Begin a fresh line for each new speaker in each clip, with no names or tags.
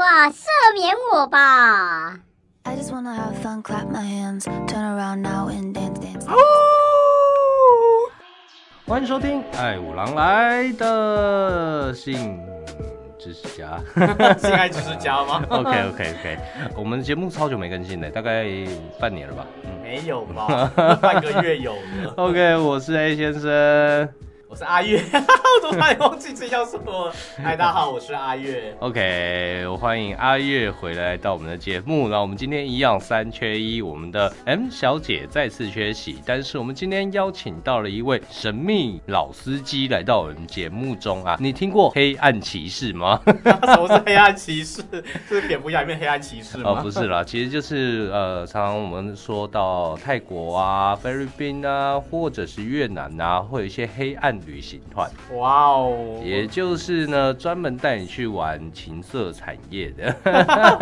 啊，赦免我吧！
I just wanna have fun, clap my hands, turn around now and dance, dance.
欢迎收听《爱五郎来的性知识 家》
性爱知识家吗
OK OK OK，我们节目超久没更新了，大概半年了吧。嗯
没有吧，半个月有了。
OK，我是 A 先生。
我是阿月， 我怎么还忘记自己要说了？嗨，大家好，我是阿月。
OK，我欢迎阿月回来到我们的节目。那我们今天一样三缺一，我们的 M 小姐再次缺席，但是我们今天邀请到了一位神秘老司机来到我们节目中啊。你听过黑暗骑士吗？
什么是黑暗骑士？是蝙蝠侠里面黑暗骑士
哦，
吗？
不是啦，其实就是呃，常常我们说到泰国啊、菲律宾啊，或者是越南啊，会有一些黑暗旅行团，
哇哦，
也就是呢，专门带你去玩情色产业 的。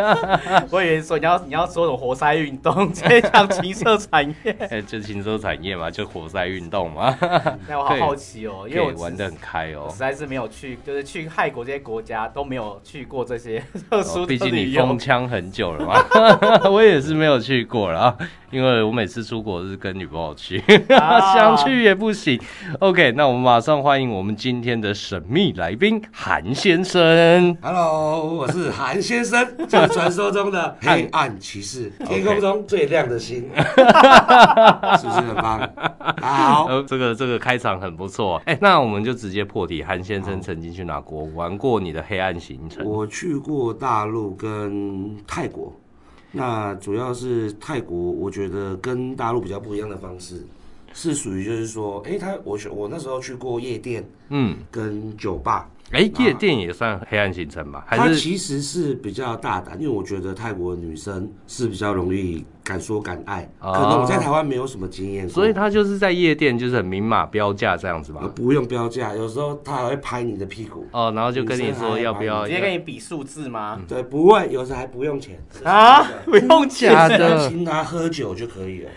我以为说你要你要说什么活塞运动，直接讲情色产 业。
哎，就情色产业嘛，就活塞运动嘛，
那我好好奇哦，
可
因为我
以玩
其
得
实
很开
我
哦
实。在是没有去，就是去泰国这些国家都没有去过这些特殊
哦
的
毕竟
旅
你
游
封。枪很久了嘛， 我也是没有去过啦，因为我每次出国是跟女朋友去，
啊
想去也不行。OK，那我们马上欢迎我们今天的神秘来宾韩先生。
Hello，我是韩先生， 就是传说中的黑暗骑士，天空中最亮的星，是不是很棒？好，
呃，这个这个开场很不错。哎、那我们就直接破题，韩先生曾经去哪国玩过你的黑暗行程？
我去过大陆跟泰国，那主要是泰国，我觉得跟大陆比较不一样的方式，是属于就是说，诶，他我选我那时候去过夜店
嗯，
跟酒吧，
哎、
啊
夜店也算黑暗行程吧？
它
还是
其实是比较大胆，因为我觉得泰国女生是比较容易敢说敢爱，
哦
可能我在台湾没有什么经验过，
所以他就是在夜店，就是很明码标价这样子吧
呃，？不用标价，有时候他还会拍你的屁股。
哦，然后就跟你说要不要？
直接跟你比数字吗？
对，不会，有时候还不用钱，
嗯
啊，不用钱。
假
只
的，
请他喝酒就可以了，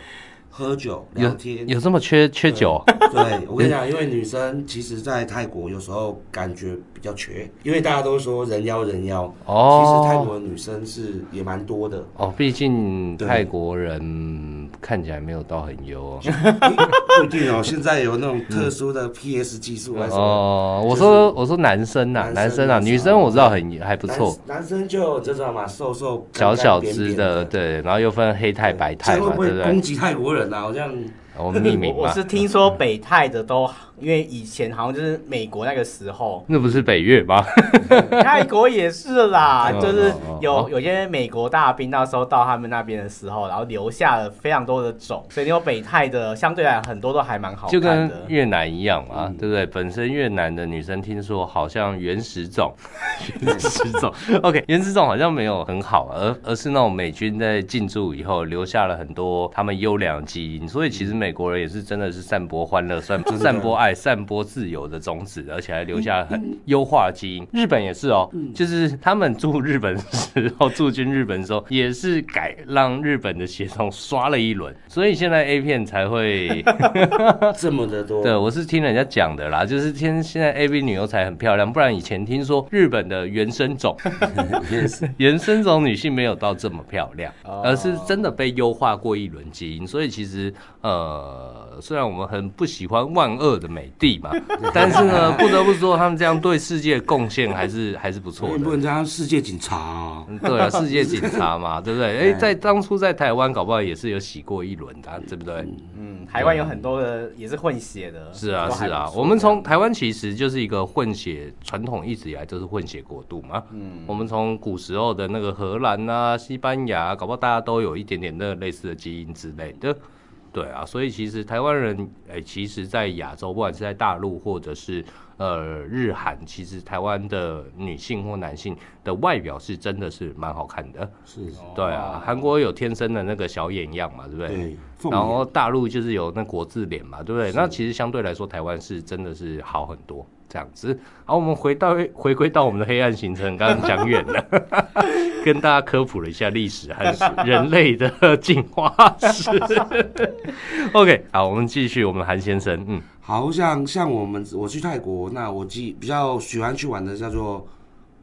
喝酒聊
有
天。
有这么缺缺 酒？
对，我跟你讲，因为女生其实，在泰国有时候感觉比较缺，因为大家都说人妖人妖，
哦
其实泰国的女生是也蛮多的。
哦，毕竟
对
泰国人看起来没有到很优哦。
不一定哦，现在有那种特殊的 PS 技术还是什么，
嗯哦，我说我说男生呐，男
男生
生啊，
男生
女生我知道很还不错，
男男生就你知道吗？瘦瘦
小
干干
小
扁
只
扁
的，对，然后又分黑泰白
这
泰
样会
嘛，
不
对
会
不
攻
对？
击泰国人啊？好像
我们匿名
我我
嘛，，
是听说北泰的都，因为以前好像就是美国那个时候
那不是北越吗？
泰国也是啦，
嗯
就是
嗯嗯
有
嗯
有些美国大兵那时候到他们那边的时候，然后留下了非常多的种，所以你有北泰的，相对来讲很多都还蛮好
就
看
跟
的。嗯
越南一样嘛，对不对？本身越南的女生听说好像原始 种，原始种，OK，原始种好像没有很好，而而是那种美军在进驻以后留下了很多他们优良的基因，所以其实美国人也是真的是散播欢乐、散散播爱、散播自由的宗旨，而且还留下
嗯
很优化的基因。日本也是哦，就是他们驻日本的时候，驻军日本的时候，也是改让日本的血统刷了一轮，所以现在 A 片才会。
这么的多。
对，我是听人家讲的啦，就是听现在 A V 女优才很漂亮，不然以前听说日本的原生种， 原生种女性没有到这么漂亮，
哦
而是真的被优化过一轮基因。所以其实呃，虽然我们很不喜欢万恶的美帝嘛，但是呢，不得不说他们这样对世界贡献还是 还是不错
你
的
不。能当世界警察哦。
嗯对啊，世界警察嘛，对不对？哎、在当初在台湾搞不好也是有洗过一轮的啊、对不对？
嗯，台湾有很多的也是混血的，
是啊，
都还
是啊
不，错
我们从台湾其实就是一个混血，传统一直以来都是混血国度嘛。嗯，我们从古时候的那个荷兰啊、西班牙、搞不好大家都有一点点那个类似的基因之类的。对啊，所以其实台湾人，哎、其实，在亚洲，不管是在大陆或者是呃日韩，其实台湾的女性或男性的外表是真的是蛮好看的。
是，
对
哦
啊，韩国有天生的那个小眼样嘛，对不
对，凤
然
眼
后大陆就是有那国字脸嘛，对不对？那其实相对来说，台湾是真的是好很多这样子。好，我们回到回归到我们的黑暗行程，刚刚讲远 了，跟大家科普了一下历史和史人类的进化 史。OK，好，我们继续我们韩先生，嗯，
好像像我们我去泰国，那我记比较喜欢去玩的叫做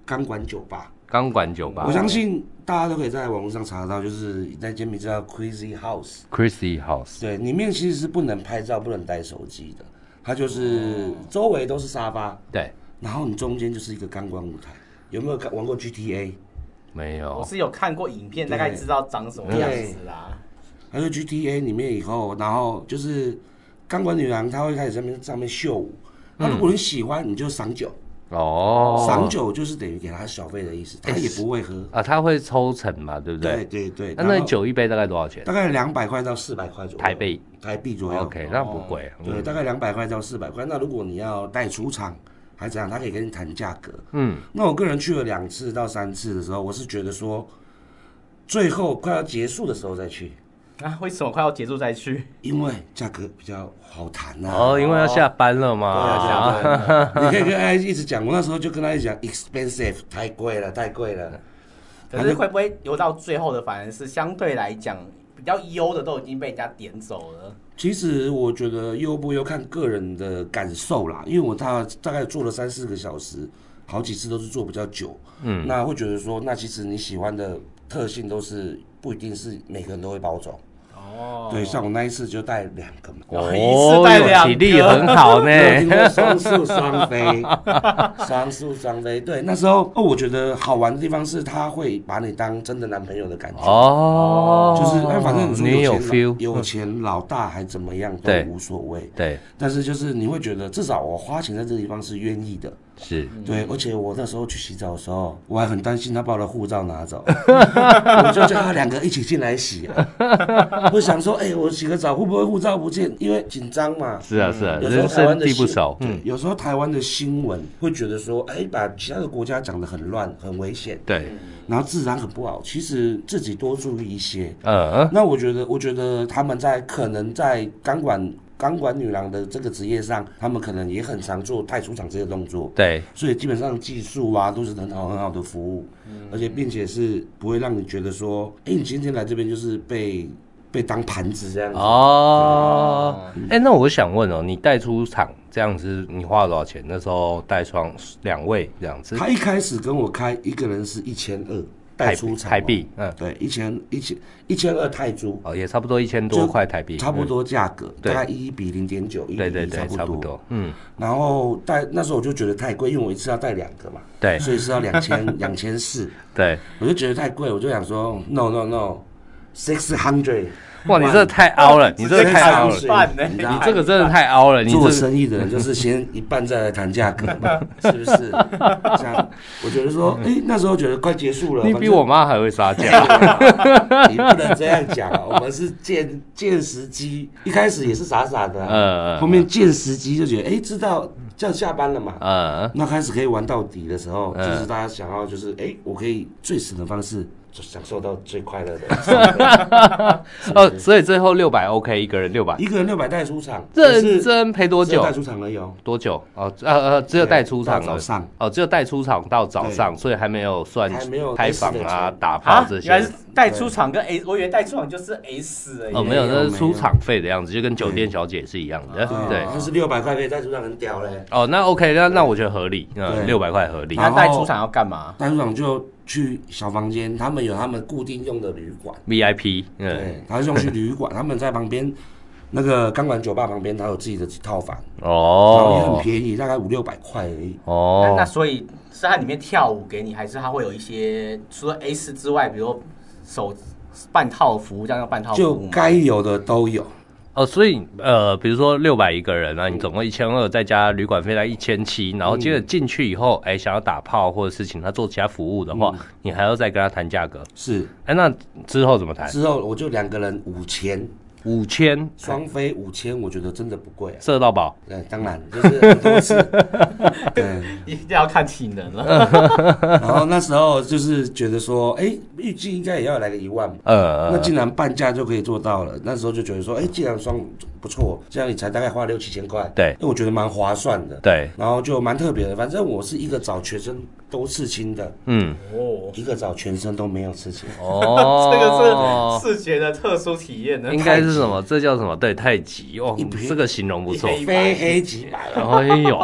钢管酒吧，
钢管酒吧
我相信大家都可以在网络上查得到，就是那间名字叫 Crazy House，
，Chrissy House，
对，里面其实是不能拍照、不能带手机的，它
哦
就是周围都是沙发，
对，
然后你中间就是一个钢管舞台。有没有看玩过 GTA？
没有
我，是有看过影片，大概知道长什么样子啦。
它就 GTA 里面以后，然后就是钢管女郎，她会开始上面上面秀舞。那如果你喜欢，你就赏酒，
哦，
赏酒就是等于给她小费的意思，她也不会喝。
啊，他会抽成嘛，对不对？
对对对，
那
然
那
后
酒一杯大概多少钱
大概两百块到四百块左右，
台币
台币左右。
？OK，那不贵啊。
对，大概两百块到四百块。那如果你要带出场，还怎样？他可以跟你谈价格。
嗯，
那我个人去了两次到三次的时候，我是觉得说，最后快要结束的时候再去，
啊，为什么快要结束再去？
因为价格比较好谈呐、
哦，因为要下班了嘛。
对啊，对啊，对啊 你可以跟他一直讲。我那时候就跟他一直讲，expensive，太贵了，太贵了。
可是会不会游到最后的，反而是相对来讲比较优的都已经被人家点走了？
其实我觉得优不优看个人的感受啦，因为我大大概做了三四个小时，好几次都是做比较久，嗯，那会觉得说，那其实你喜欢的特性都是不一定是每个人都会包走。
哦，
对，像我那一次就带两个嘛，
哦一次带两
体
个
力很好呢。
我有 听过双宿双飞，双宿双飞。对，那时候哦，我觉得好玩的地方是他会把你当真的男朋友的感觉。
哦，
就是，哎反正你说
你有
有钱老
feel，
有钱老大还怎么样都
对
无所谓。
对，
但是就是你会觉得，至少我花钱在这个地方是愿意的，
是
对。而且我那时候去洗澡的时候，我还很担心他把我的护照拿走， 我就叫他两个一起进来洗、啊。 我想说，哎、我洗个澡会不会护照不见？因为紧张嘛。
是啊是啊，
嗯有时候
人
台湾
生
的嗯
地不
新
熟。嗯
对，有时候台湾的新闻会觉得说，哎、把其他的国家讲得很乱、很危险，
对，
然后治安很不好。其实自己多注意一些，
嗯，
那我觉得，我觉得他们在可能在钢管钢管女郎的这个职业上，他们可能也很常做太出场这些动作，
对，
所以基本上技术啊都是很好很好的服务，
嗯
而且并且是不会让你觉得说，哎、你今天来这边就是被被当盘子这样子。
哦，
嗯
哎，那我想问哦，你带出场这样子，你花了多少钱？那时候带双两位这样子，
他一开始跟我开一个人是一千二，带
台
出
币，
场
台
嘛
币，嗯，
对，一千一千一千二泰铢，
哦，也差不多一千多块台币，嗯
差不多价格，
对
大概一比零点九，一
对对
比
对，差不多，嗯，
然后带那时候我就觉得太贵，因为我一次要带两个嘛，
对
所以是要 两千两千四，
对，
我就觉得太贵，我就想说 no no no six hundred，
哇，你这个太凹了，你这个
直接
太
砍
凹了
死，
半呢、
你
你这个真的太凹了，你
做
这个
生意的人就是先一半再来谈价格 嘛，是不是？这样，我觉得说，哎、那时候觉得快结束 了，
你
反
比
正啊
我妈还会杀 价。
你不能这样 讲啊！我们是见见时机，一开始也是傻傻的、
嗯
啊，
嗯
后面见时机就觉得，哎、知道这样下班了嘛，
嗯，
那开始可以玩到底的时候，
嗯
就是大家想要就是，哎、我可以最省的方式，就享受到最快乐 的。
哦，所以最后六百 OK，一个人六百，
一个人六百带出场，可 是
认真陪多
只有
久
带？出场而已哦。
多久？哦，呃呃，只有带出场
到
了
早上
哦，只有带出场到早上，所以还没有算
还没有
开房啊、
S 的钱
打炮
啊，
这
原来
些
是。带出场跟 A，我以为带出场就是 S 而已。
哦，没有，
没有啊
那是出场费的样子，就跟酒店小姐是一样的。对，
哦但是六百块可以带出场，很屌嘞。
哦，那 OK，那那我觉得合理，嗯，
对啊
六百块合理。
然
那
后
带出场要干嘛？
带出场就去小房间，他们有他们固定用的旅馆，
VIP，嗯，
对，他是用去旅馆， 他们在旁边那个钢管酒吧旁边，他有自己的几套房，然后也
哦
很，便宜，大概五六百块而已。
那那
哦，
所以是它里面跳舞给你，还是它会有一些除了 S 之外，比如说手半套服务这样叫半套服
就
务吗？
该有的都有，
哦，所以呃，比如说六百一个人啊，
嗯
你总共一千二，再加旅馆费在一千七，然后接着进去以后，哎，想要打炮或者是请他做其他服务的话，
嗯
你还要再跟他谈价格。
是
哎，那之后怎么谈？
之后我就两个人五千，
五千
双飞五千，我觉得真的不贵啊。
射到饱，
嗯，当然就是很多次。 对，
一定要看体能
嗯
了。
然后那时候就是觉得说，哎、预计应该也要来个一万吧。
呃，
那竟然半价就可以做到了，那时候就觉得说，哎、既然双不错，这样你才大概花六七千块，
对
那我觉得蛮划算的，
对，
然后就蛮特别的。反正我是一个找全身都刺青的，
嗯，
哦，
一个找全身都没有刺青。
哦，
这个是视觉的特殊体验呢。
应该是什么？这叫什么？对，太极哦
一匹，
这个形容不错。
一匹
非黑即 白了。
哎呦，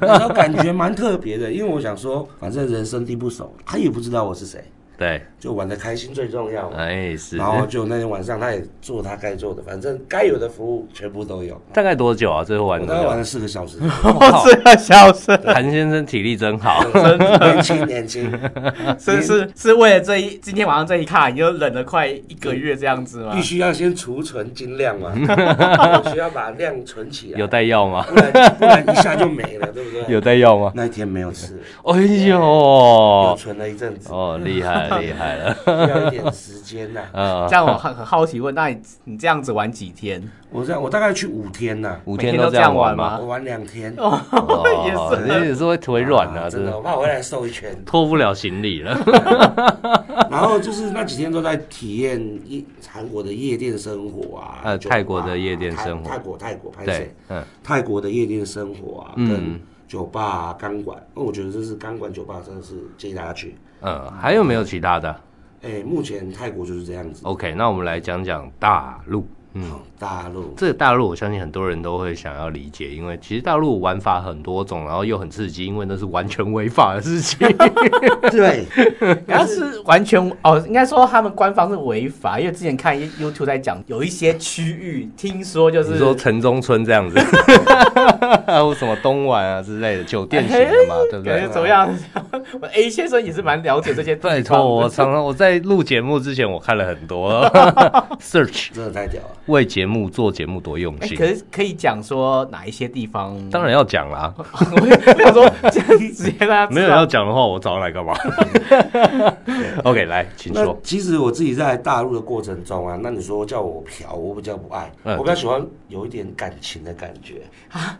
然后感觉蛮特别的，因为我想说，反正人生地不熟，他也不知道我是谁，
对，
就玩的开心最重要嘛。
哎是。
然后就那天晚上，他也做他该做的，反正该有的服务全部都有。
大概多久啊？最后玩
我
多
大概玩
久
了？四个小时，
靠
这个小生，
韩先生体力 真好。
年轻年轻，
是是是为了这一今天晚上这一卡，你就忍了快一个月这样子吗
必？须要先储存精量 嘛，必须要把量存起来
有，带药 吗？
不然不然一下就没了，对不对？
有带药吗？
那一天没有吃，
哎呦，
有存了一阵子，
哦，厉害厉害了，
需要一点时间呐。
嗯
这，样我很很好奇问，那你你这样子玩几 天？
我这样，我大概去五天呐，
五
每天
天
都
都
这
这
样
样玩
玩吗
吗？
我玩两天，
哦
也是
这也是会腿软
啊
啊，真
真的，
的
我怕我回来瘦一圈。
拖不了行李了。
然后就是那几天都在体验夜韩国的夜店生活啊，
呃
酒吧啊
泰国的夜店生活
泰泰国泰国拍
对
摄，，
嗯，
泰国的夜店生活啊，
嗯
跟酒吧啊、钢管，那我觉得这是钢管酒吧真的是接大家去。
嗯，还有没有其他的
哎，目前泰国就是这样子，
？OK，那我们来讲讲大陆。哦嗯，
好大 陆
这个大陆我相信很多人都会想要理解，因为其实大陆玩法很多种，然后又很刺激，因为那是完全违法的事情。
对，
然后是完全哦，应该说他们官方是违法，因为之前看 YouTube 在讲，有一些区域听说就
你
是
说城中村这样子，还有什么东莞啊之类的酒店型的嘛，对不
感
对
觉？哎怎么样？ 我 A 先生也是蛮了解这些地方的。
拜托， 我常常我在录节目之前，我看了很 多 search，
真的太屌了。
为节目做节目多用
哎、
心
可，是可以讲说哪一些地方？
当然要讲啦，
我 想说这样直接让大家 知道
没有要讲的话，我找来 干嘛？OK，来，请
那
说。
其实我自己在大陆的过程中啊，那你说叫我嫖，我比较不爱，
嗯
我比较喜欢有一点感情的感觉。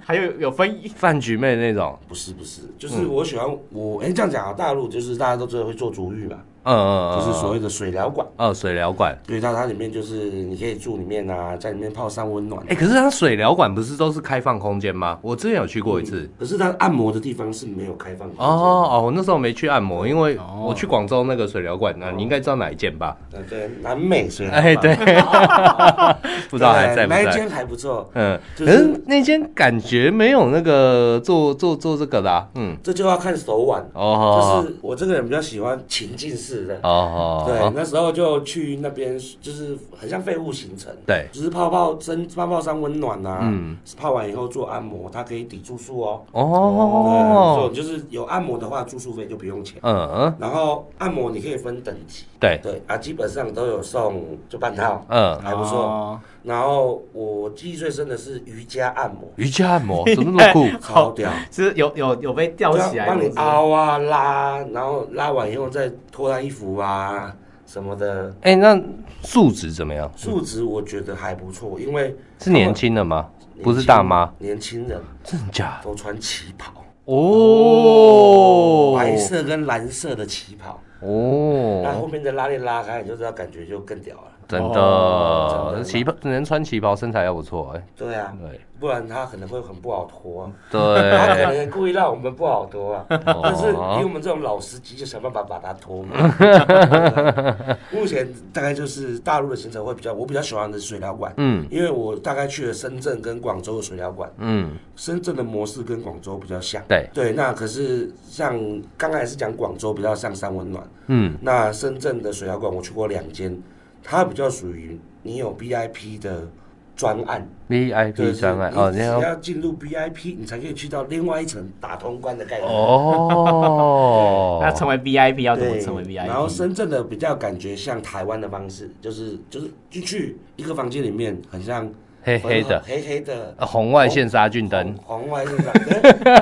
还有有分
饭局妹那种，
不是不是，就是
嗯
我喜欢我哎、这样讲啊，大陆就是大家都知道会做足浴嘛，
嗯嗯嗯，
就是所
谓
谓的水疗馆。
哦水疗馆。
对，它它里面就是你可以住里面啊，在里面泡上温暖。啊
哎、可是它水疗馆不是都是开放空间吗？我之前有去过一次。
可是它按摩的地方是没有开放空间
哦，哦，我那时候没去按摩，因为我去广州那个水疗馆呢，你应该知道哪一间吧？
呃对，南美水疗馆
哦哎，对，，不
不
知道还 在不
那一
在？
间还不错，
嗯，
就
可
是
是那间感觉没有那个做做做这个的啊，嗯，
这就要看手腕。
哦，
就是我这个人比较喜欢情境式的，
哦，
对，那时候就去那边，就是很像废物行程。
对
只是泡泡蒸泡泡上温暖呐、
嗯
泡完以后做按摩，它可以抵住宿哦。对，
哦，
所以就是有按摩的话，住宿费就不用钱。
嗯，
然后按摩你可以分等级，
对，
对啊，基本上都有送就半套，
嗯，
还不错。
哦
然后我记忆最深的是瑜伽按摩，
瑜伽按摩怎么那么酷？
超屌，
是有有有被吊起来，
帮你
是不是
哦
凹啊拉，然后拉完以后再脱他衣服啊什么的。
哎，那素质怎么样？
素质我觉得还不错，因为
是年轻的吗？
年轻
不是大妈，
年轻人
真的假的？
都穿旗袍，
哦，
白色跟蓝色的旗袍，那后
哦，
面的拉链拉开，你就知道感觉就更屌了。
真
哦
的，旗袍能穿旗袍，身材要不错， 哎，
对啊，
对
不然他可能会很不好脱、啊，他可
对，哦
能故意让我们不好脱啊。但是以我们这种老司机，就想办法把它 脱嘛。目前大概就是大陆的行程会比较，我比较喜欢的是水疗馆，
嗯
因为我大概去了深圳跟广州的水疗馆，
嗯，
深圳的模式跟广州比较像。
对，
对，那可是像刚才是讲广州比较像三温暖，
嗯
那深圳的水疗馆我去过两间，它比较属于你有 VIP 的专案，
，VIP 专案哦，
你
你
只
要
要进入 VIP，你才可以去到另外一层打通关的概念。
哦
，那成为 VIP 要怎么
对，
成为 VIP？
然后深圳的比较感觉像台湾的方式，就是就是进去一个房间里面，很像
黑黑
粉
的
红，黑黑的
呃红外线杀菌灯
红红外线上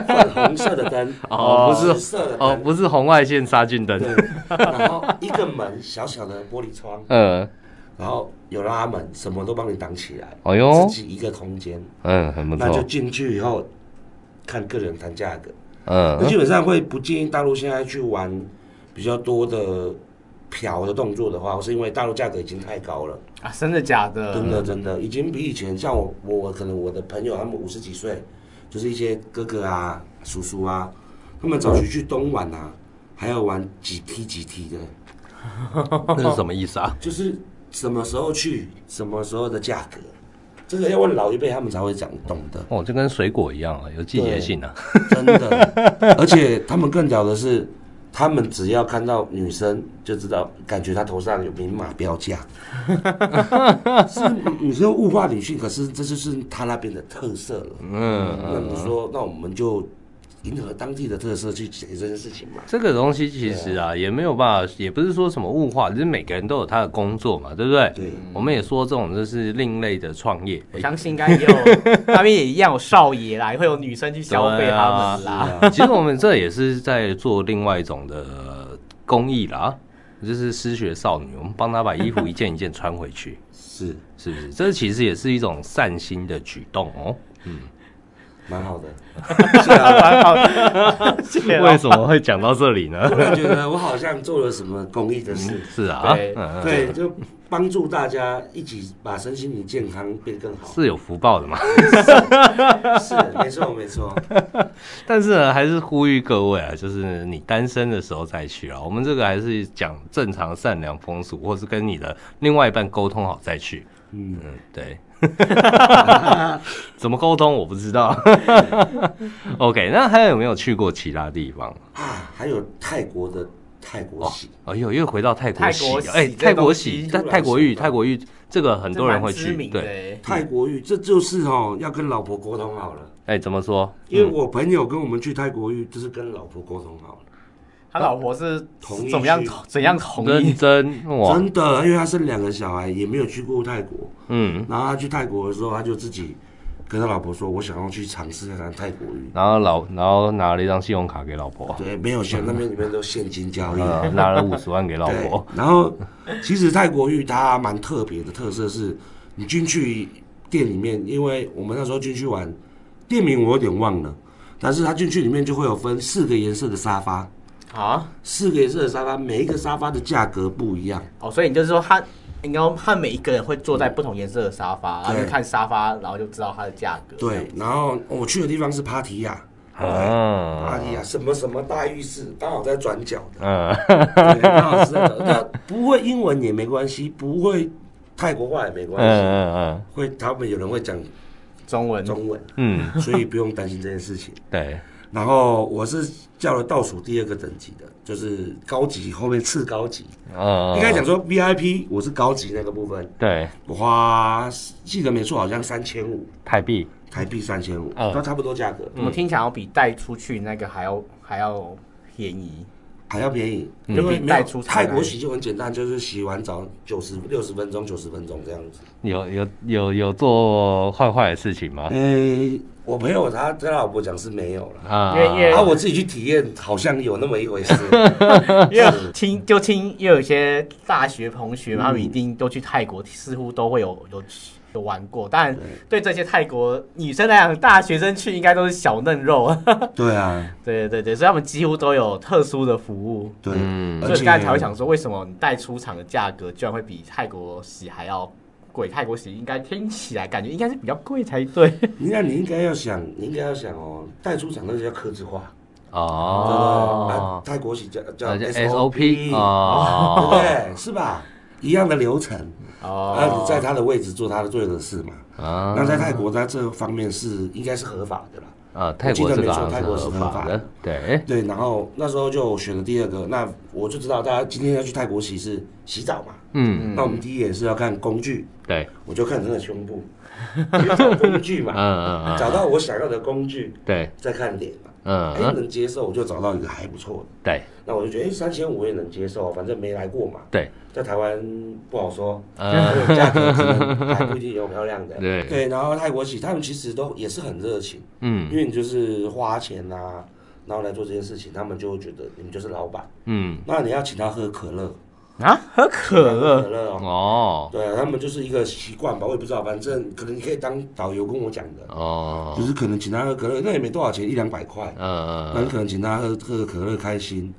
粉红色的灯，
哦不是
紫色的
哦，
灯，
不是红外线杀菌灯，
对，然后一个门小小的玻璃窗，
嗯，
然后有拉门，什么都帮你挡起来，
哎呦
自，己一个空间，
嗯，很不
那就
错，
进去以后看个人谈价格，那
嗯
基本上会不建议大陆现在去玩比较多的嫖的动作的话，是因为大陆价格已经太高了，
啊，真的假的？
真的真的已经比以前像我我我可能我的朋友他们五十几岁，就是一些哥哥啊叔叔啊，他们早期去东莞啊，还要玩几 T 几 T 的，
那是什么意思啊？
就是什么时候去，什么时候的价格，这个要问老一辈他们才会讲懂的
，哦，这跟水果一样啊，有季节性啊。
真的。而且他们更屌的是，他们只要看到女生就知道，感觉她头上有明码标 价，是你说物化女性，可是这就是他那边的特色了。
嗯，
那你说，那我们就迎合当地的特色去解决这件事情嘛？
这个东西其实啊，也没有办法，也不是说什么物化，就是每个人都有他的工作嘛，对不对？
对，
我们也说这种就是另类的创业。
我相信应该也有，那边也一样有少爷啦，也会有女生去消费他们啦。
啊，
哎其实我们这也是在做另外一种的公益啦，就是失学少女，我们帮她把衣服一件一件穿回去，
是
是不是？这其实也是一种善心的举动哦。
蛮好的。
啊
谢谢
为
啦
什么会讲到这里 呢？
突然觉得我好像做了什么公益的事，
是啊，
对
嗯
对，就帮助大家一起把身心灵健康变更 好。
是有福报的嘛。
是，没错没错，
但是呢，还是呼吁各位啊，就是你单身的时候再去啊。我们这个还是讲正常善良风俗，或是跟你的另外一半沟通好再去。
嗯，
嗯，对。 怎么沟通我不知道。OK，那还有没有去过其他地方？
啊，还有泰国的泰国戏，
哎呦，又回到泰国喜了，
泰国喜
哎、
这
泰国
东
喜，
西
但
突然
泰国浴，
想到
泰国浴这个很
这
多人
蛮
会
知
去
名，的
对，
欸
泰国浴，这就是哦，要跟老婆沟通好了。
哎、怎么说？
因为我朋友跟我们去泰国浴，就是跟老婆沟通好了，
他老婆是
同意
怎么样
去
怎样同
认
意？
真哇，
真的，因为他生两个小孩，也没有去过泰国，
嗯，
然后他去泰国的时候，他就自己跟他老婆说，我想要去尝试看看泰国浴。
然后老然后拿了一张信用卡给老婆，
对，没有钱，那边里面都现金交易。
呃，拿了五十万给老
对，
婆，
然后，其实泰国浴它蛮特别的特色是，你进去店里面，因为我们那时候进去玩，店名我有点忘了，但是它进去里面就会有分四个颜色的沙发，
啊，
四个颜色的沙发，每一个沙发的价格不一样。
哦，所以你就是说他，应该他每一个人会坐在不同颜色的沙发，然后
对
就看沙发，然后就知道它的价格。
对，然后我去的地方是帕提亚，帕
嗯
提亚什么什么大浴室，刚好在转角的，
嗯，
对，刚好是那个，那不会英文也没关系，不会泰国话也没关系，
嗯
会他们有人会讲
中文
中文。
嗯嗯，
所以不用担心这件事情。
对，
然后我是叫了倒数第二个等级的，就是高级后面次高级，
嗯，
啊
应该讲说 VIP 我是高级那个部分，
对
我花记得没错，好像三千五
泰币，
台币三千五，
嗯
都差不多价格，
怎啊么听起来要比带出去那个还要还要便宜？
还要便宜，
嗯
因为
比
没有
带出差
泰国洗就很简单，就是洗完澡九十六十分钟九十分钟这样子。
有有有有做坏坏的事情吗？
啊
诶，我朋友他他老婆讲是没有了。
啊，
因为因为
啊，我自己去体验，好像有那么一 回事。
因为听就听，也有一些大学同学嘛，他
嗯
们一定都去泰国，似乎都会有有有玩过。但对这些泰国女生来讲，大学生去应该都是小嫩肉。
对啊，
对对对，所以他们几乎都有特殊的服务。
对，
嗯
而
所以
且
刚才才会想说，为什么你带出场的价格居然会比泰国洗还要贵？泰国洗应该听起来感觉应该是比较贵才对。
那你应该要想，你应该要想哦，带出场那个叫客制化，对不对啊
哦，
泰国洗叫叫
那就
SOP，
SOP
对不
哦，
对？是吧？一样的流程，那你在他的位置做他的做的事嘛。
啊
那在泰国，在这方面是应该是合法的啦。
啊，泰国这个好像
泰国是
合
合
法
法
的
的，
对，
对，然后那时候就选了第二个，那我就知道大家今天要去泰国洗是洗澡嘛。
嗯，
那我们第一眼是要看工具，
对，
我就看他的胸 部，去找工具
嗯
嘛，
嗯嗯，
找到我想要的工具，
对，
再看脸嘛。
嗯
哎，
嗯，
能接受我就找到一个还不错的。
对
那我就觉得，哎、三千五我也能接受，反正没来过嘛，
对，
在台湾不好说，
嗯
这种价格可能还不一定有漂亮的。
对
然后泰国洗他们其实都也是很热情，因
嗯
为你就是花钱啊，然后来做这件事情，他们就会觉得你们就是老板，
嗯，
那你要请他喝可乐，
啊， 喝可
喝可
乐，
乐哦。
哦
对啊，他们就是一个习惯吧，我也不知道，反正可能你可以当导游跟我讲的，就
哦，
是可能请他喝可乐，那也没多少钱，一两百块，
嗯
那你
嗯
可能请他喝喝个可乐开心，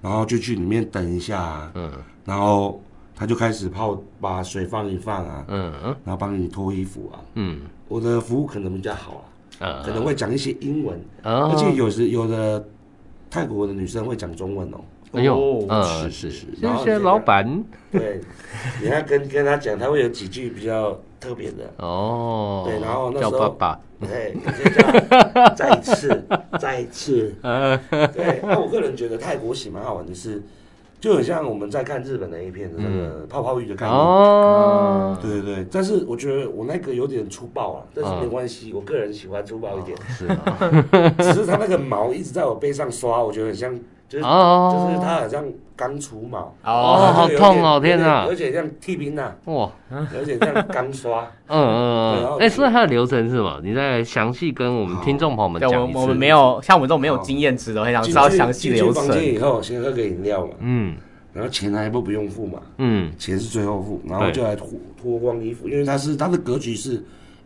然后就去里面等一下、啊，
嗯
然后他就开始泡，把水放一放啊，
嗯
然后帮你脱衣服啊。
嗯
我的服务可能比较好
嗯，
啊，可能会讲一些英文，
哦，
而且有时有的泰国的女生会讲中文哦，
哎呦
哦，
嗯，是
是
是，
是是
谢
然后
谢
这个
老板。
对，你要跟跟他讲，他会有几句比较特别的，
哦，
对然后那时
叫
候
爸爸，
对，你就叫再一次，再 一次，
呃，
对。那我个人觉得泰国洗蛮好玩的是，就很像我们在看日本的 A 片的那个泡泡浴的概念。
嗯哦，
对对对，但是我觉得我那个有点粗暴啊，但是
嗯
没关系，我个人喜欢粗暴一点。
哦是啊吗？
只是它那个毛一直在我背上刷，我觉得很像，就是、
哦
就是它好像刚除毛。
哦好痛哦
有点
天哪
有点像剃冰呐，
哇，
有点像 刚刷。
嗯嗯
对然
嗯，
后哦
哎，所以它的流程是什么？你再详细跟我们听众朋友们
对，
讲
我
一
们
次
我们没，有像我们这种没有经验值的，我很想知道
进去
详细的流
进去房间
程。
以后，先喝个饮料嘛，
嗯
然后钱还不不用付嘛，
嗯，
钱是最后付，然后
对
就来脱脱光衣服，因为它是它的格局是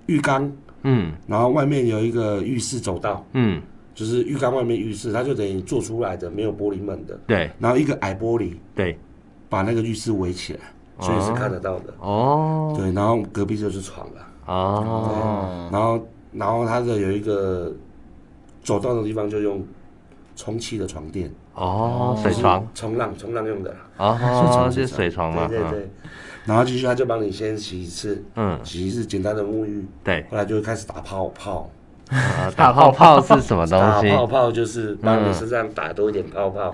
浴缸，
嗯
然后外面有一个浴室走道，
嗯，
就是浴缸外面浴室，它就等于做出来的没有玻璃门的，
对
然后一个矮玻璃
对，
把那个浴室围起来，所以是看得到的。
哦
对，然后隔壁就是床了，
哦，
然后然后它的有一个走道的地方就用充气的床垫，
哦，水床，
冲浪冲浪用的啦，
哦，是水床嘛，
对对
嗯
对。然后继续他就帮你先洗一次，
嗯，
洗一次简单的沐浴，
对，
后来就会开始打泡泡。
啊打泡泡是什么东
打
西？
泡泡就是把你身上打多一点泡泡，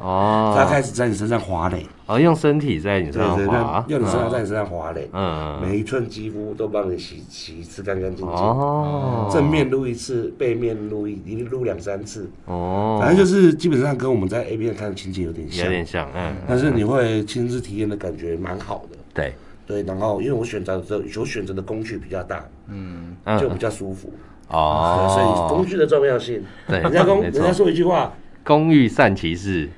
它
哦
开始在你身上滑垒，
哦，用身体在你身
对
上
对，
滑
让，让你身上在你身上滑垒，
嗯嗯
每一寸肌肤都帮你洗洗一次干干净净，
哦，
正面撸一次，背面撸一，一撸两三次，
哦，
反正就是基本上跟我们在 A 片看的情节有点
有
像，
点像，嗯，
但是你会亲自体验的感觉蛮好的。
对，
对，然后因为我选择的我选择的工具比较大，嗯，就比
嗯，
较舒服。啊对所以工
哦，
具的重要性，
对
人家公
没
人
错
家说一句话，
公寓善其事，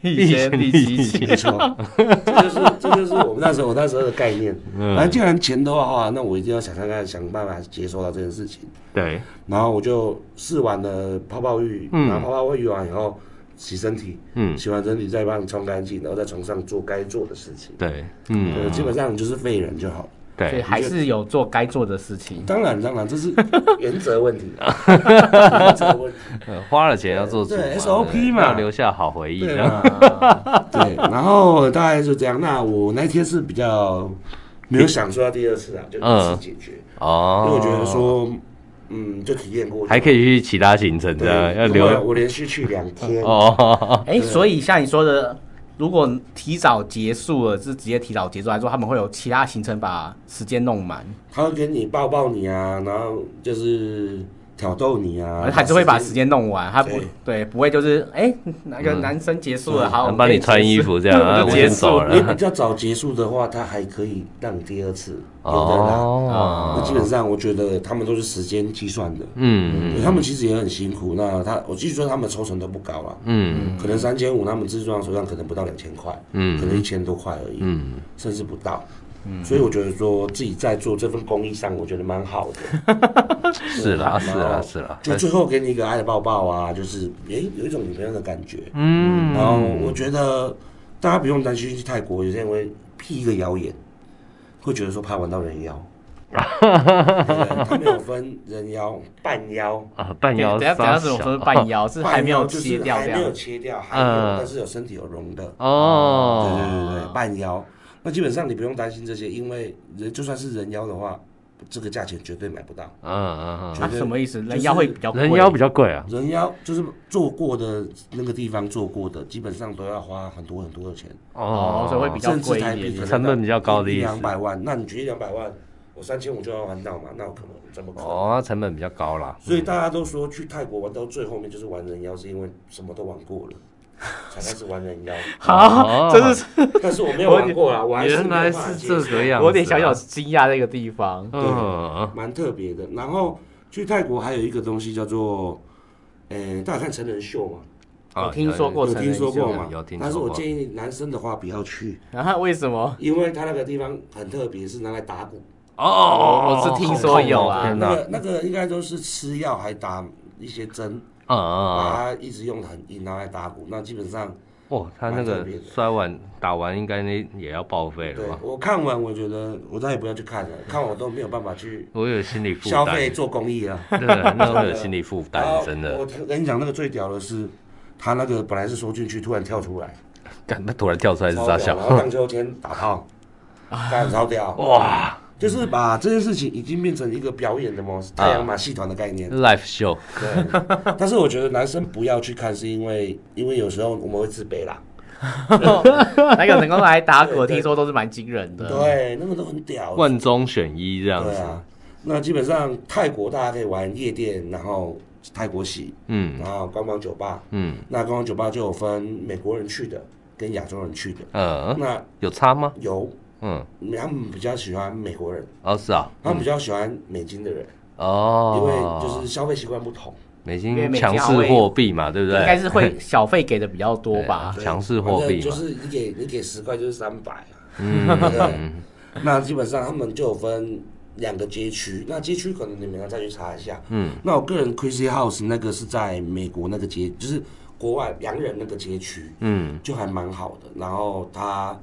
一些
一
立
些
即起，
没错，这就是这就是我们那时候我那时候的概念。
嗯
反正既然钱都要花，那我一定要想看看想办法接收到这件事情。
对，
然后我就试完了泡泡浴，
嗯
然后泡泡浴完以后洗身体，
嗯，
洗完身体再帮你冲干净，然后在床上做该做的事情。
对，嗯，
呃，基本上你就是废人就好了。
所以
对，
还是有做该做的事情。
当然，当然，这是原则问题。
啊
原则问题。
呃花了钱要做主嘛
对 SOP 嘛
要留下好回忆，
对啊
这样
嘛对，然后大概就这样。那我那天是比较没有想说要第二次啊，就一
嗯
次解决，因
哦，
为我觉得说，嗯，就体验过就好，
还可以去其他行程
对
的，要
因为
留
我连续去两天，
哦，
哎，所以像你说的，如果提早结束了，是直接提早结束，还是说他们会有其他行程把时间弄满？
他会跟你抱抱你啊，然后就是挑逗你啊，
还是会把时间弄完，他不
对
对，不会就是哎哪个男生结束了，好，我们
嗯帮
可
你
以
穿
结
衣
束
服这样，啊，
就
我
结
先
束
走
你比
了，
较早结束的话，他还可以让你第二次，有的啦。
哦，
那基本上我觉得他们都是时间计算的，
嗯
对他们其实也很辛苦。那他，我继续说，他们抽成都不高啦，
嗯
可能三千五，他们自装手上可能不到两千块，
嗯
可能一千多块而已，
嗯，
甚至不到。所以我觉得说自己在做这份公益上，我觉得蛮好的。
是啦
啊
是
然
啦
后
是啦，
哎
就最后给你一个爱的抱抱啊，就是诶、有一种女朋友的感觉。
嗯，
然后我觉得大家不用担心去泰国，有些人会辟一个谣言，会觉得说怕玩到 人妖。对他没有分人妖、半妖，
啊，半
对
腰
等下等
杀
下是我
小
说半腰，是还没有
就是
切掉
还
这
没有
样。
切掉，还有、
嗯
但是有身体有绒的。对
哦，
对对对，半妖。那基本上你不用担心这些，因为人就算是人妖的话，这个价钱绝对买不到。
嗯嗯
啊，什么意思？
就是
人妖会比较
嗯，
贵
人 妖比较贵啊，
人妖就是做过的那个地方做过的，基本上都要花很多很多的钱。
哦，所以会比较
甚至
贵
台
一
币
点。
可能
成本比较高的意
一
思
两百万，那你觉得一两百万，我三千五就要玩到嘛？那我可能怎么可能？
哦，成本比较高啦，
所以大家都说去泰国玩到最后面就是玩人妖，是因为什么都玩 过了。才开始玩人妖，
哦
好，这是
但是我没有玩过啊啦，我还是
原
没有
来
办法
是
接
这
受
个样子，啊
我有点小小，惊讶这个地方。
嗯，
蛮特别的。然后去泰国还有一个东西叫做，呃，大家看成人秀嘛，
啊
我听说过
有
成
听
人
说
秀，
过嘛
有听说过？
但是我建议男生的话不要去，
然后为什么？
因为他那个地方很特别，是拿来打鼓。
哦，
我是听说有啊
好痛哦天
那
哪，
个那个应该都是吃药还打一些针，
嗯嗯，嗯
把它一直用得很硬，拿来打鼓。那基本上，
哇，他那
蛮特
个
别的
摔完打完应该那也要报废
对
了吧？
我看完，我觉得我再也不要 去看了，看我都没有办法去
我有心理负
消
担
费，做公 益了。
对，那会有心理负
然后
担，真
我
的，
跟你讲，那个最屌的是，他那个本来是缩进去，突然跳出来，
干，那突然跳出来是
超
傻
屌
笑
然，后荡秋千打 炮，干超屌，
哇啊
就是把这件事情已经变成一个表演的模式，太阳马戏团的概念。
，live show，
对， 但是我觉得男生不要去看，是因为因为有时候我们会自卑啦。
那个能够来打鼓，
对对
听说都是蛮惊人的。，
啊
对，那个都很屌。
万中选一这样
对
子，
啊，那基本上泰国大家可以玩夜店，然后泰国洗，
嗯
然后观光酒吧。
嗯
那观光酒吧就有分美国人去的跟亚洲人去的。
呃，
那
有差吗？
有
嗯，
他们比较喜欢美国人，
哦是啊，
他们比较喜欢美金的人，因
哦
为，就是消费习惯不同。
美
因为
金
美金
强
好
势
威
货币嘛，对不对？
应该是会小费给的比较多吧
对？
对
强势货币嘛
反正就是你给你给十块就是三百啊。
嗯，
那基本上他们就有分两个街区，那街区可能你们要再去查一下。嗯，那我个人 Crazy House 那个是在美国那个街，就是国外洋人那个街区，
嗯，
就还蛮好的。然后他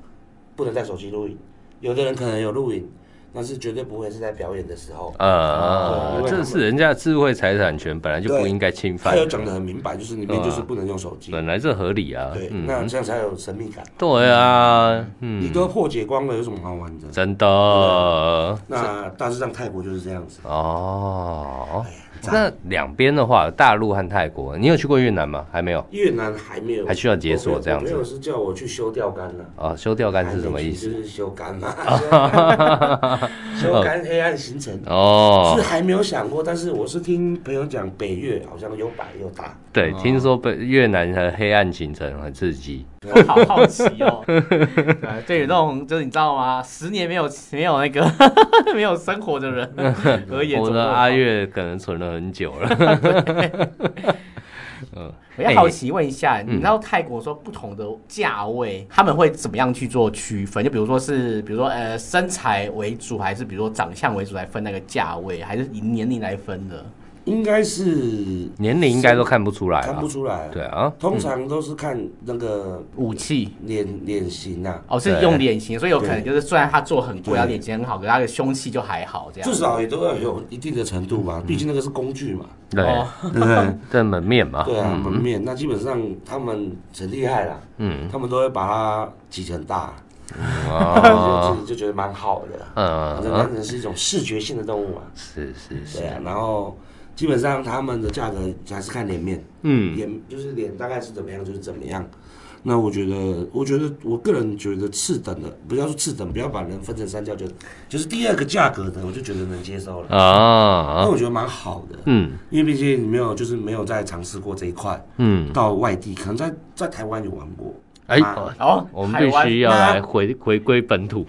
不能带手机录影，有的人可能有录影，但是绝对不会是在表演的时
啊
候。
呃，这是人家的智慧财产权本来就不
对
应该侵
他
犯
有
的，
讲的很明白，就是里面就是不能用手机。
本来这合理啊，
对，
嗯，
那这样才有神秘感。
对啊，嗯，
你都破解光了，有什么好玩的？
真的哦。
那大致上泰国就是这样子。哎
那两边的话，大陆和泰国，你有去过越南吗？还没有
越南还没有，
还需要解锁这样子
没有是叫我去修钓竿呢、
啊？修钓竿是什么意思？
就是修 干嘛？ 修干修干黑暗行程。
哦
是，还没有想过，但是我是听朋友讲，北越好像有百有大，
对，听说被越南的黑暗行程很刺激，
我好好奇 哦。对，对于那种就是你知道吗？十年没有没有那个 没有生活 的人而言，
我
怎么
的
会
阿月可能存了很久 了。
我
哎
要好奇问一下，你知
嗯
道泰国说不同的价位，他们会怎么样去做区分？就比如说是，比如说呃身材为主，还是比如说长相为主来分那个价位，还是以年龄来分的？
应该是
年龄应该都看不出来
看
了
不，出来。
啊对，啊，
通常都是看那个
武器
脸脸型啊，
哦，是
对
用脸型，所以有可能
对
就是虽然他做很贵，
对
他脸型很好，可是他的凶器就还好
啊
这样。
至少也都要有一定的程度
嗯
嘛，毕竟那个是工具嘛，
对
哦，，
对不对？
这门面嘛，
对啊，门面那基本上他们很厉害啦，嗯，他们都会把它挤成大，
哦，
就就觉得蛮好的啦。反正
嗯，
男人是一种视觉性的动物嘛，
是是是
对，啊，然后基本上他们的价格还是看脸面，
嗯
脸就是脸大概是怎么样就是怎么样。那我觉得，我觉得我个人觉得次等的，不要说次等，不要把人分成三教，就就是第二个价格的，我就觉得能接受了，那
啊，
我觉得蛮好的，
嗯
因为毕竟没有就是没有再尝试过这一块，
嗯，
到外地可能在在台湾有玩过，啊
哎，
哦，
我们
台
必
湾
须要来回回归本土，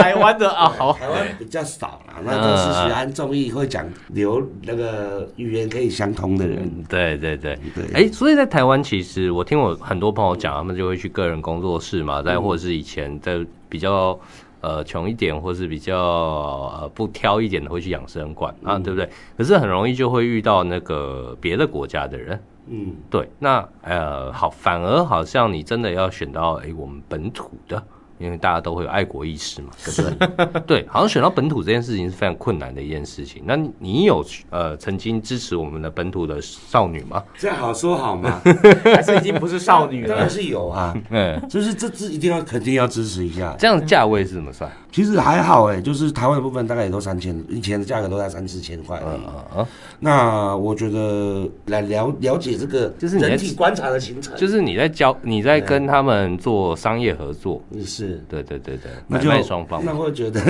台湾的啊，
哦
好，
台湾比较少
啊
啦。那都是学安综艺会讲流那个语言可以相通的人，
嗯，对对对，
对
哎、所以在台湾，其实我听我很多朋友讲，他们就会去个人工作室
嗯
嘛，再或者是以前在比较呃穷一点，或是比较呃不挑一点的，会去养生馆啊，
嗯
对不对？可是很容易就会遇到那个别的国家的人，
嗯，
对，那呃好，反而好像你真的要选到哎、我们本土的。因为大家都会有爱国意 识嘛，对不对？对，好像选到本土这件事情是非常困难的一件事情。那你你有呃曾经支持我们的本土的少女吗？
这样好说好 吗？
还是已经不是少女
当
了
然。是有啊，
嗯，
就是这支一定要肯定要支持一下。
这样的价位是怎么算？
其实还好哎、就是台湾的部分大概也都三千，以前的价格都在三四千块而已。
啊，
那我觉得来了了解这个，
就是你在
人体观察的行程，
就是你在交，你在跟他们做商业合作，
是
对对对对，
那
买
就
卖双方嘛，
那会 觉得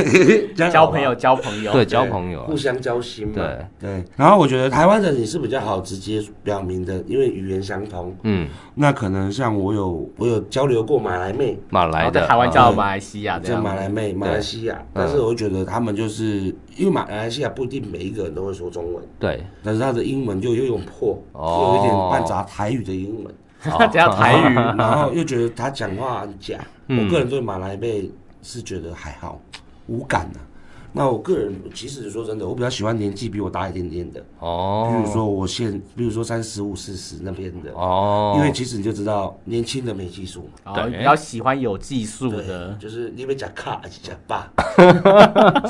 交朋友，交朋友，
对，交朋友啊
互，相交心嘛。
对
对，然后我觉得台湾人也是比较好直接表明的，因为语言相同。
嗯，
那可能像我有我有交流过马来妹，
马
然
来
后在
的
台湾
啊嗯
叫马来西亚这
这
样。
马来妹马来西亚，但是我觉得他们就是因为马来西亚不一定每一个人都会说中文，
对，
但是他的英文就又有破，
哦
有一点半杂台语的英文，
他只要台语，
哎然后又觉得他
嗯
讲话很假。我个人对马来妹是觉得还好，无感呐、啊那我个人其实说真的，我比较喜欢年纪比我大一点点的，比
哦，
如说我现，比如说三十五、四十那边的，
哦，
因为其实你就知道年轻的没技术嘛。
然
对
后比较喜欢有技术的，
就是你被讲卡还是讲 爸，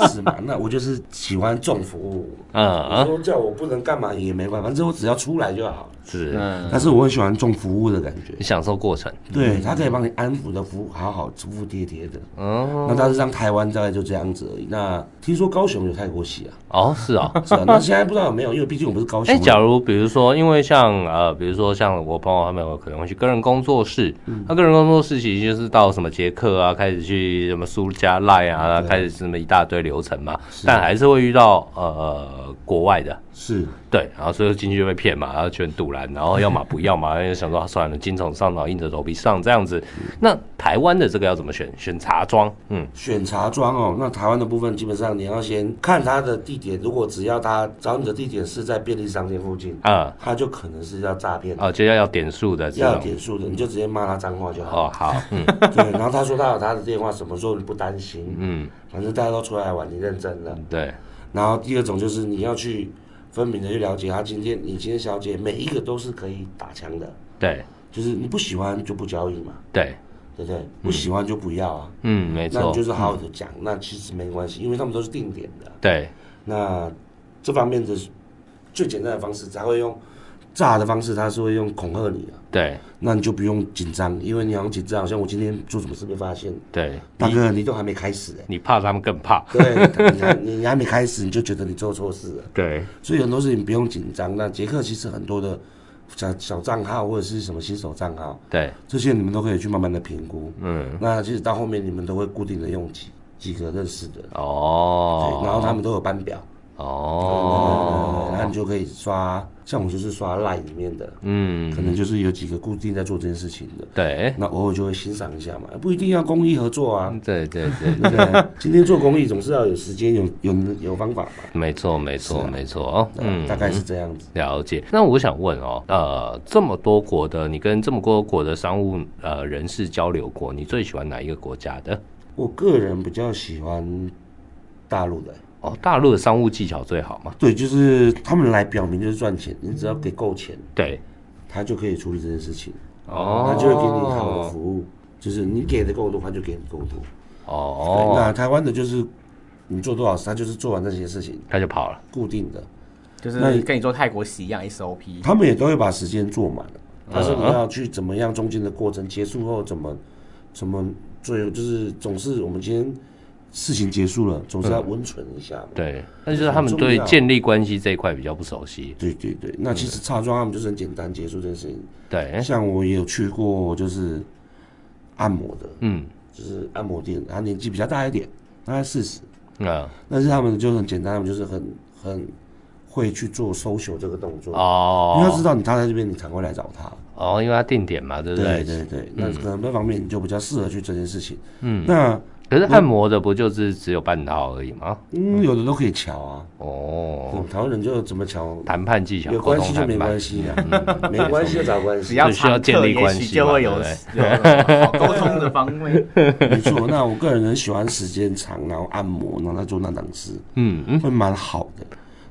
是嘛？那我就是喜欢重服务，你
嗯
说叫我不能干嘛也没办法，反正我只要出来就好。
是
嗯，
但是我很喜欢重服务的感觉
你，享受过程，
对他可以帮你安抚的服务，好好服服帖帖的。
嗯，
那大致上台湾大概就这样子而已。那听说高雄有泰 国戏啊，
哦是 哦，
是啊，那现在不知道有没有，因为毕竟我们是高
哎，
雄人。
假如比如说，因为像呃，比如说像我朋友他们有可能会去个人工作室，
嗯
那、个人工作室其实就是到什么捷克啊，开始去什么苏加赖啊，开始什么一大堆流程嘛，但还是会遇到呃国外的。
是
对，然后所以进去就被骗嘛，然后全堵拦，然后要么 不要嘛，就想说、啊算了，精虫上脑，硬着头皮上这样子。那台湾的这个要怎么选？选茶庄，嗯，
选茶庄哦，那台湾的部分基本上你要先看它的地点，如果只要他找你的地点是在便利商店附近，
啊、
他就可能是要诈骗的。
哦，就要要点数的这
要有
种，
点数的，你就直接骂他脏话就好。
哦，好， 嗯
对，然后他说他有他的电话，什么时候你不担心？
嗯，
反正大家都出来玩，你认真了。
对，
然后第二种就是你要去分明的去了解他今天，你今天小姐每一个都是可以打枪的，
对，
就是你不喜欢就不交易嘛，
对，
对不对？不喜欢就不要啊。
嗯，没
那你
错，
就是好好的讲，那其实没关系，因为他们都是定点的。
对，
那这方面的最简单的方式，他会用炸的方式，他是会用恐吓你的。啊
对，
那你就不用紧张，因为你好像紧张，好像我今天做什么事被发现，
对，
大哥你都还没开始哎、
你怕他们更怕，
对，你还你你还没开始，你就觉得你做错事了，
对，
所以很多事情不用紧张。那杰克其实很多的小小账号或者是什么新手账号，
对，
这些你们都可以去慢慢的评估。
嗯，
那其实到后面你们都会固定的用几几个认识的，
哦，
对，然后他们都有班表，
哦，
然后你就可以刷，像我就是刷 Line 里面的，可
嗯，
能就是有几个固定在做这件事情的。
对，
那偶尔就会欣赏一下嘛，不一定要公益合作啊，
嗯对对对，
对不对？今天做公益总是要有时间、有有有方法嘛，
没错没错没错，哦，
啊对
嗯
吧，大概是这样子。
了解。那我想问哦，呃，这么多国的，你跟这么多国的商务呃人士交流过，你最喜欢哪一个国家的？
我个人比较喜欢大陆的，
哦，大陆的商务技巧最好嘛？
对，就是他们来表明就是赚钱，你只要给够钱，
对，
他就可以处理这件事情，
哦
他就会给你好的服务，就是你给的够多，他就给你够多。对，
哦，
那台湾的就是你做多少，他就是做完这些事情，
他就跑了。
固定的，
就是跟你做泰国洗一样 SOP，
他们也都会把时间做满，但是你要去怎么样中间的过程结束后怎么怎么最就是总是我们今天事情结束了，总是要温存一下嘛。
对，但是他们
很重要
对建立关系这一块比较不熟悉。
对对
嗯
对，那其实茶庄他们就是很简单结束这件事情。
对，
像我也有去过，就是按摩的，
嗯，
就是按摩店，他年纪比较大一点，大概四十，
啊、
但是他们就很简单，他们就是很很会去做搜求这个动作。你要知
哦，
道你他在这边，你才会来找他。
哦，因为他定点嘛，对不
对
对？
对对，那可能那方面你就比较适合去这件事情。
嗯，
那
可是按摩的不就是只有半套而已吗？
嗯，有的都可以瞧啊，
哦，
嗯台湾人就怎么瞧，
谈判技巧，
有
沟
关
通嗯
系就
谈
没
判
关。系啊，没关系就找关
只
系。
要
就需要
常
建
客，
立
也
关
许
系
就
嘛
会有
对
有好沟通的方面。
没错，那我个人很喜欢时间长，然后按摩，然后再做那档事，
嗯嗯，
会蛮好的。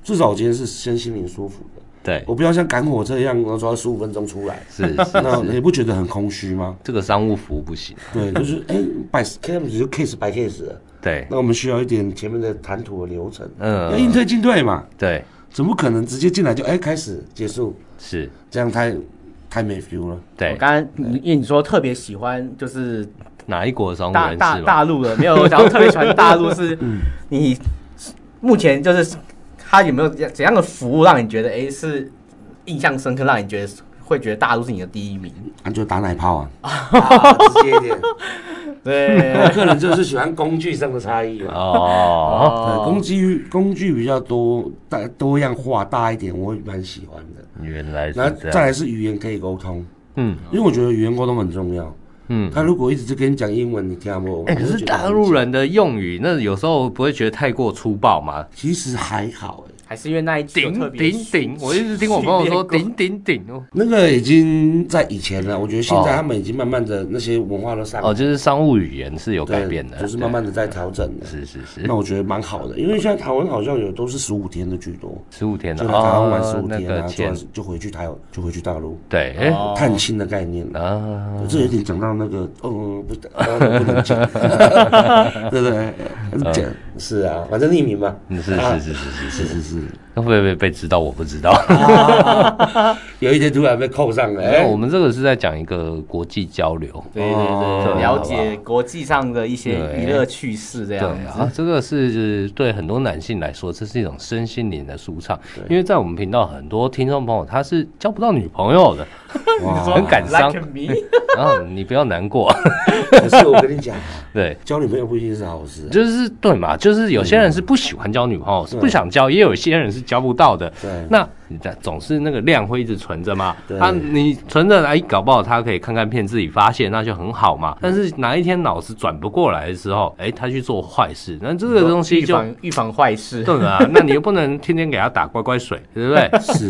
至少我今天是身心灵舒服的，
对，
我不要像赶火车一样，我抓十五分钟出 来，
是是
那
是，
你不觉得很空虚 吗？
这个商务服务不行。
对，就是哎，百 case 就 case 白 case 了。
对，
那我们需要一点前面的谈吐的流程，哎
嗯
要应对进退嘛。
对，
怎么可能直接进来就哎、开始结束？
是，
这样太太没 feel 了。
我
对，
刚刚你因为你说特别喜欢就是
哪一国的商务
大
人
大
士嘛？
大陆的，没有，我想要特别喜欢大陆是，
嗯
你目前就是他有没有怎样的服务让你觉得哎、诶是印象深刻，让你觉得会觉得大陆是你的第一名？
那、就打奶泡啊， 啊直接一点。
对
我，个人就是喜欢工具上的差异啊嘛。
哦，
对，工具工具比较多，大多样化大一点，我会蛮喜欢的。
原来
然
是
后
这
再
样。
来是语言可以沟通，
嗯
因为我觉得语言沟通很重要。
嗯，
他如果一直就跟你讲英文，你听不懂。
哎，可
我
是
就觉得
大陆人的用语，那有时候不会觉得太过粗暴吗？
其实还好哎、
还还是因为那一集有特
顶
别
顶顶，我一直听我朋友说
训练
顶顶顶哦，
那个已经在以前了，我觉得现在
哦
他们已经慢慢的那些文化都上来
哦，就是商务语言是有
对
改变的，
就是
对
慢慢的在调整的。
是是是
那，我觉得蛮好的，因为现在台湾好像有都是十五天的居多，
十五天
就
的
来台湾玩十
哦，
五
那
天
个
啊，做
钱
完就回去台就回去大陆
对，哎
哦
探亲的概念了。
啊，
这有点讲到那个，哦，不， 呃不能讲，对不对？讲是啊，反正匿名嘛，
嗯是
啊
是是是是，
是是是，
会不会被知道？我不知道。
有一天突然被扣上了，
哎，
哎
我，们这个是在讲一个国际交流，
对对对，
哦
了解国际上的一些
对
娱乐趣事
对
这样
啊
嗯
子。，
这个是对很多男性来说，这是一种身心灵的舒畅。因为在我们频道，很多听众朋友他是交不到女朋友的，
哇
很感伤
Like me，
然后你不要难过。
可是我跟你讲啊，
对，
交女朋友不一定是好事啊，
就是对嘛，就是有些人是不喜欢交女朋友，是不想交，也有些人是交不到的。
对，
那你在总是那个量会一直存着嘛？
对
他你存着，哎，搞不好他可以看看片自己发现，那就很好嘛。但是哪一天脑子转不过来的时候，哎，他去做坏事，那这个东西
预
就
防预防 坏事。
对啊，那你又不能天天给他打乖乖水， 对不对？
是，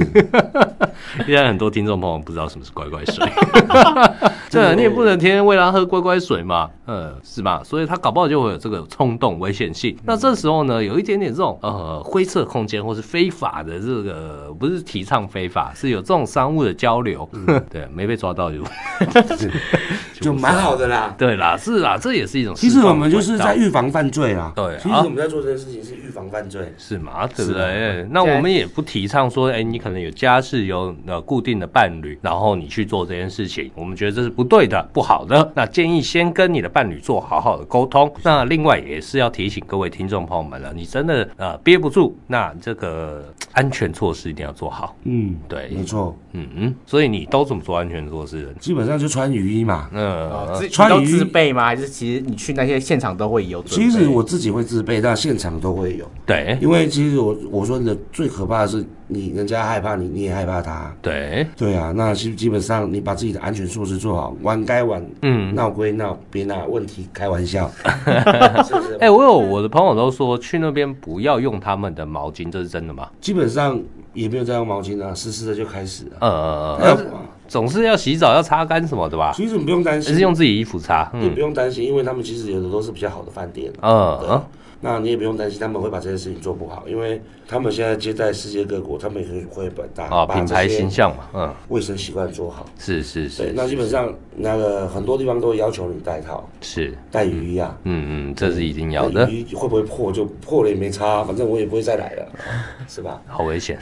现在很多听众朋友不知道什么是乖乖 水，
啊
对，你也不能天天喂他喝乖乖水嘛， 嗯，是吧？所以他搞不好就会有这个冲动危险性。那这时候呢，有一点点这种呃灰色空间或是非法的这个，不是提倡非法，是有这种商务的交流， 对，没被抓到就
就蛮好的啦。
对啦，是啦，这也是一种
其
释
实
放的
我
管道。
们就是在预防犯罪啦。
对啊
其实我们在做这件事情是预防犯罪。
是嘛，对
是
不
啊
对？哎那
现在
我们也不提倡说，哎，你可能有家室，有呃固定的伴侣，然后你去做这件事情，我们觉得这是不对的、不好的。那建议先跟你的伴侣做好好的沟通。那另外也是要提醒各位听众朋友们了，你真的呃憋不住，那这个嘖安全措施一定要做好。
嗯，
对
没错，
嗯嗯，所以你都怎么做安全措施？
基本上就穿雨衣嘛。
嗯，
哦自
川
你都
渝
自备吗？还是其实你去那些现场都会有准备？
其实我自己会自备，但现场都会有。
对
因为其实我我说的最可怕的是你，人家害怕你，你也害怕他。
对，
对啊，那基基本上你把自己的安全措施做好，玩该玩，
嗯。
闹归闹，别拿问题开玩笑。是不是？
哎、我有我的朋友都说去那边不要用他们的毛巾，这是真的吗？
基本上也没有再用毛巾啊，湿湿的就开始了。
呃，
要
总是要洗澡、要擦干什么的吧？
其实你不用担
还
心，
是用自己衣服擦？
你不
嗯，
用担心，因为他们其实有的都是比较好的饭店。啊
呃，
那你也不用担心他们会把这件事情做不好，因为他们现在接待世界各国，他们也会把大
啊，
把
品
这
牌
些
形象嘛，嗯，
卫生习惯做好。
是是
对，
是
那基本上那个很多地方都会要求你戴套、
是，
戴雨衣啊。
嗯嗯，这是一定要
那
的，
雨衣会不会破就破了也没差，反正我也不会再来了，是吧？
好危险。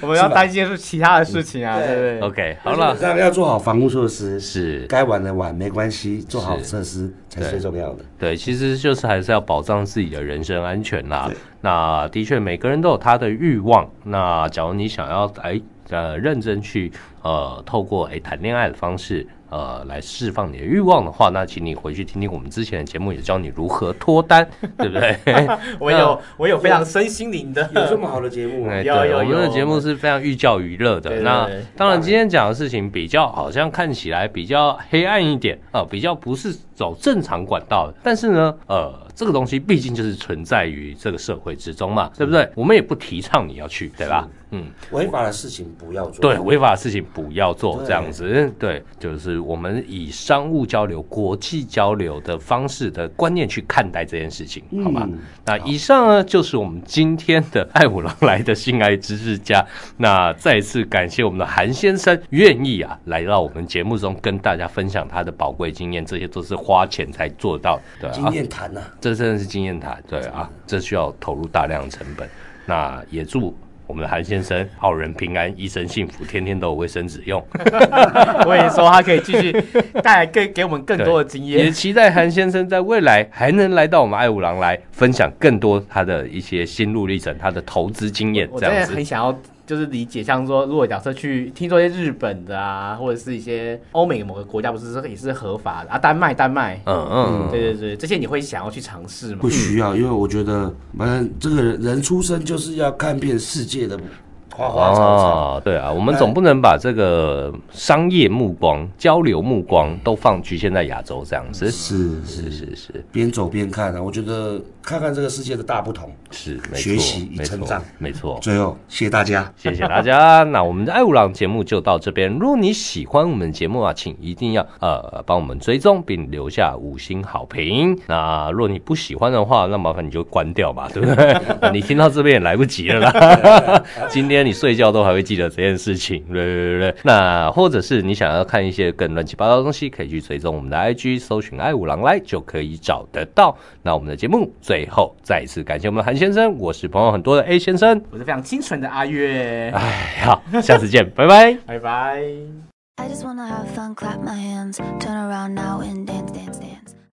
我们要担心的是其他的事情啊，
嗯
对不对？
OK，好
那基
了
本，上要做好防护措施，
是
该玩的玩没关系，做好设施才是
对
最重要的。
对，其实就是还是要保障自己的人身安全啦。那的确，每个人都有他的欲望。那假如你想要哎呃认真去呃透过哎谈恋爱的方式呃来释放你的欲望的话，那请你回去听听我们之前的节目，也教你如何脱单，对不对？
我有我有非常身心灵的，
有这么好的节目
哎
啊？
对
有有
我们
有
的节目是非常寓教于乐
对
的。
对
那
对
当然，今天讲的事情比较好像看起来比较黑暗一点啊、呃比较不是走正常管道的。但是呢，呃，这个东西毕竟就是存在于这个社会之中嘛，对不对？我们也不提倡你要去，对吧？嗯，
违法的事情不要做。
对，违法的事情不要做，
对
这样子，嗯对，就是我们以商务交流、国际交流的方式的观念去看待这件事情，好吧？
嗯
那以上呢，就是我们今天的爱五郎来的性爱知识家。那再次感谢我们的韩先生愿意啊来到我们节目中跟大家分享他的宝贵经验，这些都是花钱才做到的
经
啊，
验谈呐。
这真的是经验谈，对啊，这需要投入大量的成本。那也祝。我们的韩先生，好人平安，一生幸福，天天都有卫生纸用。
我 也说他可以继续带来更给我们更多的经
也
验。
期待韩先生在未来还能来到我们爱五郎来分享更多他的一些心路历程，他的投资经验
我
这
真
样
的
子
很。想要，就是理解，像说，如果假设去听说一些日本的啊，或者是一些欧美某个国家，不是这个也是合法的啊，丹麦，丹麦，
嗯嗯，
对对对，这些你会想要去尝试吗
不？需要，因为我觉得，反正这个人人出生就是要看遍世界的花花草草。，
对啊，我们
哎
总不能把这个商业目光、交流目光都放局限在亚洲这样子。
是是
是是是
边走边看啊，我觉得看看这个世界的大不同。
是，没
学
错
习与
没
成
错
长
没错。
最后，谢谢大家。
谢谢大家。那我们的爱五郎节目就到这边。如果你喜欢我们节目啊，请一定要呃帮我们追踪并留下五星好评。那若你不喜欢的话，那麻烦你就关掉吧，对不对？你听到这边也来不及了啦。今天你睡觉都还会记得这件事情，对对对对。那或者是你想要看一些更乱七八糟的东西，可以去追踪我们的 IG，搜寻爱五郎来就可以找得到。那我们的节目最后再一次感谢我们的韩先生，我是朋友很多的 A 先生。
我是非常清纯的阿月，
哎，好，下次见，拜拜。
拜拜。
I just wanna have fun, clap my hands, turn around now and dance, dance, dance.